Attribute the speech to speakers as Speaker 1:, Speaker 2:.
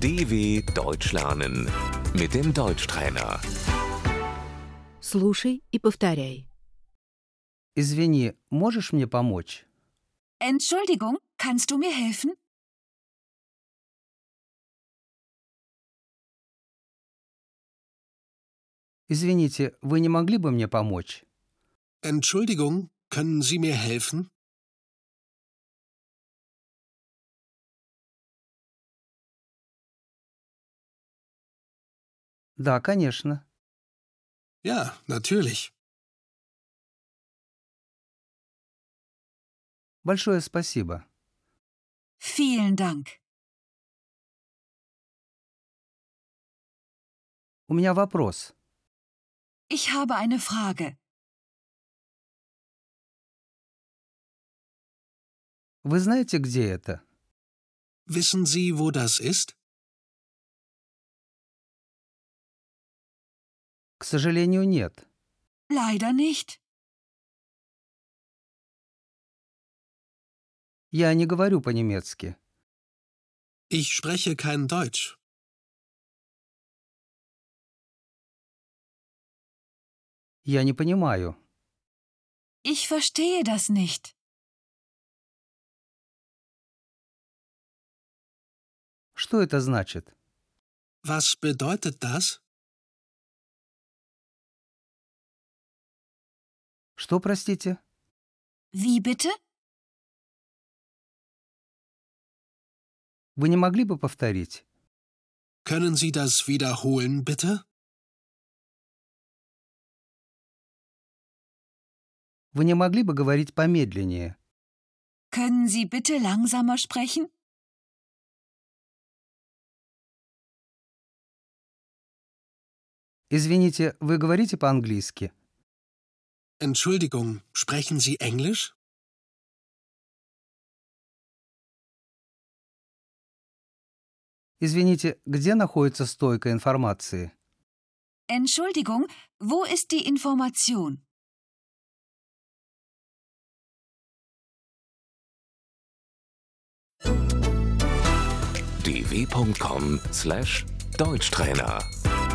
Speaker 1: DW Deutsch lernen mit dem Deutschtrainer.
Speaker 2: Слушай и повторяй.
Speaker 3: Извини, можешь мне помочь?
Speaker 4: Entschuldigung, kannst du mir helfen?
Speaker 3: Извините, вы не могли бы мне помочь?
Speaker 5: Entschuldigung, können Sie mir helfen?
Speaker 3: Да, конечно.
Speaker 5: Ja, natürlich.
Speaker 3: Большое спасибо.
Speaker 4: Vielen Dank.
Speaker 3: У меня вопрос.
Speaker 4: Ich habe eine Frage.
Speaker 3: Вы знаете, где это?
Speaker 5: Wissen Sie, wo das ist?
Speaker 3: К сожалению, нет.
Speaker 4: Leider nicht.
Speaker 3: Я не говорю по-немецки.
Speaker 5: Ich spreche kein Deutsch.
Speaker 3: Я не понимаю.
Speaker 4: Ich verstehe das nicht.
Speaker 3: Что это значит?
Speaker 5: Was bedeutet das?
Speaker 3: Что, простите?
Speaker 4: Wie bitte?
Speaker 3: Вы не могли бы повторить?
Speaker 5: Können Sie das wiederholen, bitte?
Speaker 3: Вы не могли бы говорить помедленнее?
Speaker 4: Können Sie bitte langsamer sprechen?
Speaker 3: Извините, вы говорите по-английски?
Speaker 5: Entschuldigung, sprechen Sie Englisch?
Speaker 3: Извините, где находится стойка информации?
Speaker 4: Entschuldigung, wo ist die Information?
Speaker 1: dw.com/deutschtrainer